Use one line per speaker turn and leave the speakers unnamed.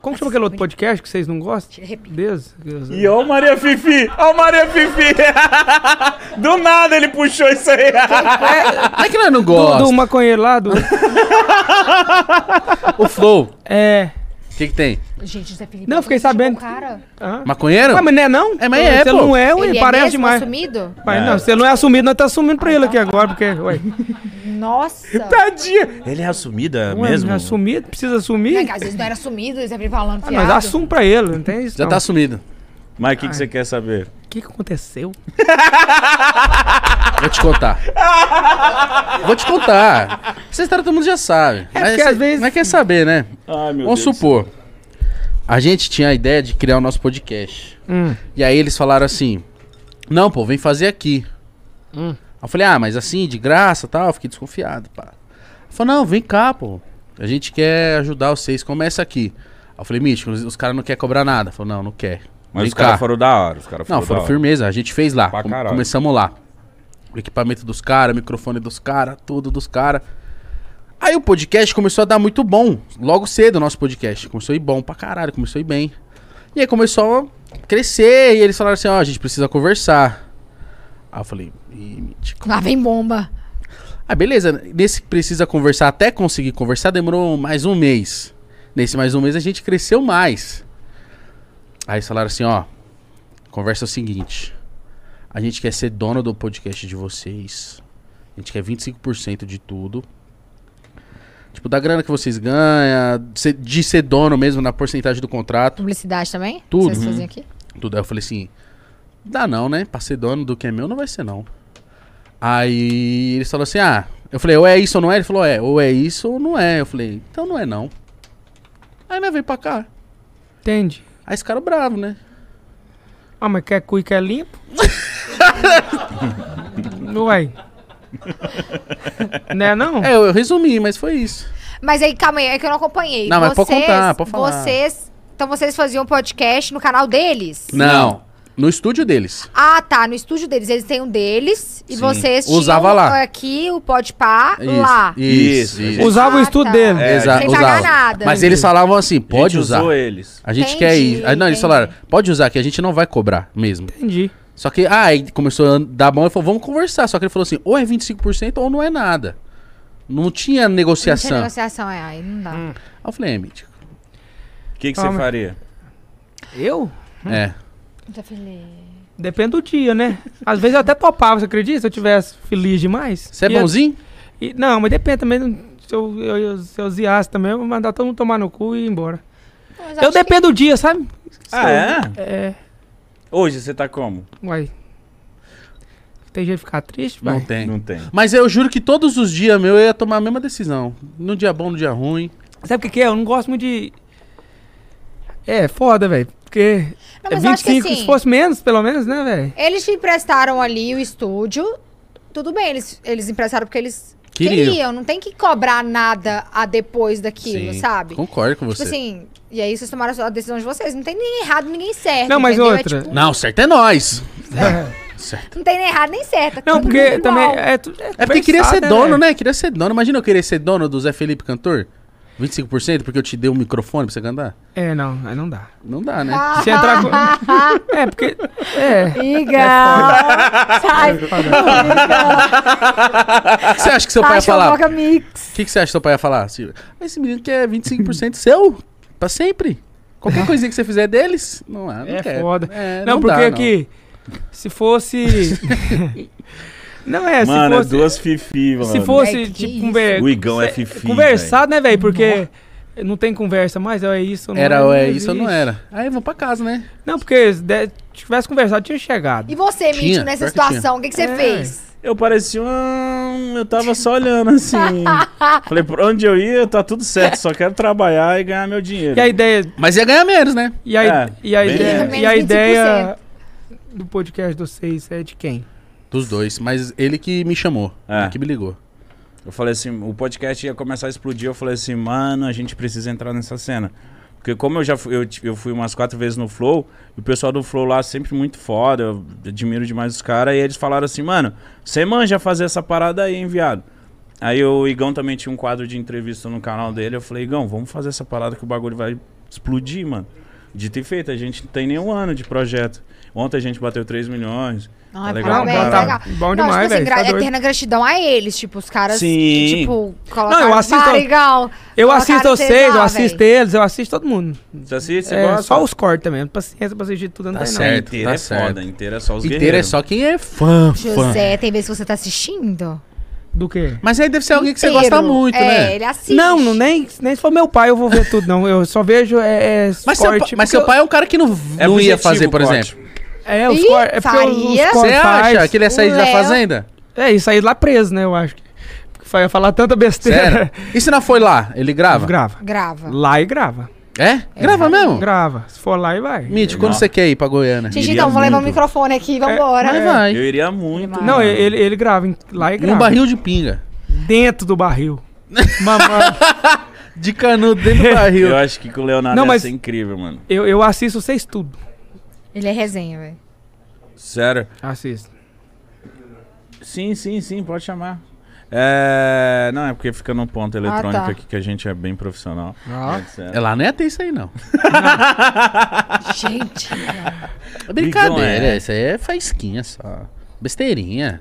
Como chama aquele outro podcast que vocês não gostam?
Rep-
Deus. Deus.
E ó o Maria Fifi! Ó o Maria Fifi! Do nada ele puxou isso aí!
Não é que nós
Do,
não
do
gosta.
maconheiro lá, do...
O Flow.
É...
O que que tem?
Gente, José Felipe.
Não,
é
fiquei
tipo
sabendo.
um cara.
Hã?
Maconheiro?
Ah, mas não é não?
É, mas é,
Você
pô.
não é, ué,
Ele é
parece
mesmo
demais.
assumido?
Mas não, você não é assumido, nós estamos assumindo pra ele aqui agora, porque, ué...
Nossa.
Tadinha!
Ele é assumida
Ué,
mesmo?
não é assumido, precisa assumir.
Não é que Às vezes não era assumido, José Felipe falando
Ah, nós
fiado.
assume pra ele, não tem isso
Já
não.
tá assumido.
Mas o que, que você quer saber?
O que, que aconteceu?
Vou te contar. Vou te contar. Essa história todo mundo já sabe. É
porque às vezes-
Mas quer saber, né?
Ai, meu
Vamos supor. A gente tinha a ideia de criar o nosso podcast.
Hum.
E aí eles falaram assim: Não, pô, vem fazer aqui.
Hum.
Aí eu falei, ah, mas assim, de graça tal, eu fiquei desconfiado, pá. Ela falou, não, vem cá, pô. A gente quer ajudar vocês, começa aqui. Aí eu falei, Mítico, os, os caras não querem cobrar nada. Falou, não, não quer.
Mas
vem
os caras
cá."
foram da hora. Os caras foram
Não, foram
da hora.
firmeza, a gente fez lá.
Pra
com-
caralho.
começamos lá. O equipamento dos caras, microfone dos caras, tudo dos caras. Aí o podcast começou a dar muito bom. Logo cedo o nosso podcast. Começou a ir bom pra caralho, começou a ir bem. E aí começou a crescer, e eles falaram assim, ó, a gente precisa conversar. Aí eu falei, ih, mítico.
Lá vem bomba.
Ah, beleza. Nesse que precisa conversar, até conseguir conversar, demorou mais um mês. Nesse mais um mês a gente cresceu mais. Aí eles falaram assim, ó. Conversa é o seguinte. A gente quer ser dono do podcast de vocês. A gente quer 25% de tudo. Tipo, da grana que vocês ganham, de ser- de ser dono mesmo na porcentagem do contrato,
Publicidade também?
Tudo. Uhum.
Vocês fazem aqui?
tudo. Aí eu falei assim, dá não, né? Pra ser dono do que é meu não vai ser não. Aí eles falaram assim, ah, eu falei, ou é isso ou não é? Ele falou, é, ou é isso ou não é. Eu falei, então não é não. Aí nós veio pra cá.
Entende?
Aí esse cara bravo, né?
Ah, mas quer cu e quer limpo? Uai. Né não?
É, eu, eu resumi, mas foi isso.
Mas aí, calma aí, é que eu não acompanhei.
Não, mas pode contar, pode falar.
Vocês. Então vocês faziam podcast no canal deles?
Não, no estúdio deles.
Ah, tá. No estúdio deles. Eles têm um deles. E
Sim.
vocês
Usava lá.
aqui o Podpah
É Isso,
lá.
Isso,
Isso,
isso.
gente.
Usava o
Ah,
estudo
tá.
dele.
É,
Exa-
Sem pagar
usava.
nada.
Mas eles falavam assim,
A gente
pode usar.
usou eles.
A gente
Entendi,
quer ir. Aí, não, eles
entendi.
falaram, pode usar, que a gente não vai cobrar mesmo.
Entendi.
Só que, ah, aí começou a dar bom e falou, vamos conversar. Só que ele falou assim, ou é 25% ou não é nada. Não tinha
Não
negociação.
tinha negociação, é. Aí não dá.
Aí eu falei, é, mítico.
O que, que
Ah,
você
mas-
faria?
Eu?
É.
José Felipe.
Depende do dia, né? Às vezes eu até topava, você acredita? Se eu tivesse feliz demais.
Você é
Ia-
bonzinho?
E- não, mas depende também. Se eu, eu, eu, se eu ziasse também, eu vou mandar todo mundo tomar no cu e ir embora. eu
Mas acho que-
dependo do dia, sabe?
Ah, é?
É.
Hoje você tá como?
Uai. Tem jeito de ficar triste, vai.
Não tem.
Não tem.
Mas eu juro que todos os dias meu eu ia tomar a mesma decisão. No dia bom, no dia ruim.
Sabe o que, que é? Eu não gosto muito de. É, foda, velho. Porque.
Não,
é
mas eu acho que
25,
assim-
se fosse menos, pelo menos, né, velho?
Eles te emprestaram ali o estúdio. Tudo bem, eles, eles emprestaram porque eles
Queriam.
queriam. Não tem que cobrar nada a depois daquilo,
Sim,
sabe?
Concordo com
Tipo
você.
assim, e aí vocês tomaram a decisão de vocês. Não tem nem errado, ninguém certo.
Não, mas
entendeu? É
outra.
tipo,
Não, certo é nós.
É. não tem nem errado, nem certo.
Não,
Todo
porque
mundo
também.
igual.
É, tu-
É porque queria ser
pensado,
dono,
velho?
né? Queria ser dono. Imagina eu querer ser dono do Zé Felipe Cantor. 25% porque eu te dei um microfone pra você cantar?
É, não, aí não dá.
Não dá, né?
Ah,
Se entrar com- É, porque. É.
Miga! Sai!
Então,
Miga!
Você acha que seu pai ia falar?
Chococa Mix.
O que, que você acha que seu pai ia falar? Assim, "Ah, Esse menino quer 25% seu, pra sempre. Qualquer coisinha que você fizer deles, não, ah, não
É
quer.
foda.
É,
não,
dá,
porque aqui. Se fosse. não é,
mano,
se
é
fosse.
duas fifi, mano.
se fosse,
Véi, que
tipo,
isso?
um ver-
O Igão é fifi,
Conversado, né, velho? Porque. Não tem conversa mais, ou é isso ou não
Era ou é isso
existe.
ou não era. Aí vamos pra casa, né?
Não, porque se de- tivesse conversado, tinha chegado.
E você,
Tinha,
Mítico, nessa
pior que tinha.
situação, o que, que você
É.
fez?
Eu parecia um... Eu tava só olhando, assim. Falei, pra onde eu ia, tá tudo certo. Só quero trabalhar e ganhar meu dinheiro.
E a ideia.
Mas ia ganhar menos, né?
E a,
É,
e a
bem
ideia. E
isso.
a
Menos
ideia do podcast dos seis é de quem?
Dos dois. Mas ele que me chamou,
É.
ele que me ligou.
Eu falei assim, o podcast ia começar a explodir. Eu falei assim, mano, a gente precisa entrar nessa cena. Porque como eu já fui, eu, ti- eu fui umas quatro vezes no Flow, e o pessoal do Flow lá sempre muito foda, eu admiro demais os caras, e eles falaram assim, mano, você manja fazer essa parada aí, hein, viado? Aí o Igão também tinha um quadro de entrevista no canal dele, eu falei, Igão, vamos fazer essa parada que o bagulho vai explodir, mano. Dito e feito, a gente não tem nenhum ano de projeto. Ontem a gente bateu 3 milhões.
Ai,
legal,
Não,
parabéns,
tá
bom,
tá
tá
legal.
bom
Não,
demais,
tipo assim,
velho. tá
gra-
doido.
eterna gratidão a eles, tipo, os caras
Sim.
que, tipo, colocaram
eu assisto-
barriga, igual.
Eu
colocaram
assisto
vocês
vocês,
lá,
eu assisto
velho.
eles, eu assisto todo mundo.
Você assiste, você
É,
gosta?
só os cortes também. Paciência pra assistir tudo, não
Tá
tem não.
certo.
inteira
tá
é
certo.
foda, inteira é só os
Inteiro é
guerreiros.
só quem é fã, fã.
José, tem vezes que você tá assistindo?
Do quê?
Mas aí
É
deve ser alguém que você
Inteiro.
gosta muito,
é,
né?
ele assiste.
Não, não, nem, nem se for meu pai eu vou ver tudo, não. Eu só vejo é, é,
Mas, seu,
corte.
pa- mas
porque
seu pai é um cara que não,
É
não ia
objetivo
fazer, por
o corte.
exemplo.
eu- É, os
Ih,
cortes. É porque os-
faria?
os
Você
cortes
acha
faz-
que ele é ia sair
O
da
Léo-
fazenda?
É, e sair lá preso, né, eu acho. que- Porque ia falar tanta
Sério?
besteira.
E se não foi lá? Ele grava?
grava.
Grava.
Lá e grava.
É? Grava mesmo?
Grava. Se for lá e vai.
Mítico, quando você quer ir pra Goiânia?
Gente,
Iria
então, vou levar o
muito.
microfone aqui, vambora.
É, Mas vai.
é, Eu iria muito.
Não, ele, ele grava. em- Lá e grava.
Num barril de pinga.
Dentro do barril. Mamãe.
De canudo dentro do barril.
Eu acho que com o Leonardo
Não,
ia
mas-
ser incrível, mano.
Eu, eu assisto vocês tudo.
Ele é resenha, velho.
Sério.
Assisto.
Sim, sim, sim, pode chamar. É... Não, é porque fica num ponto eletrônico
tá.
aqui que a gente é bem profissional. etc.
É Lá não ia ter isso aí, não.
Gente,
É Brincadeira,
Brigão, é.
isso aí é faisquinha só. Besteirinha.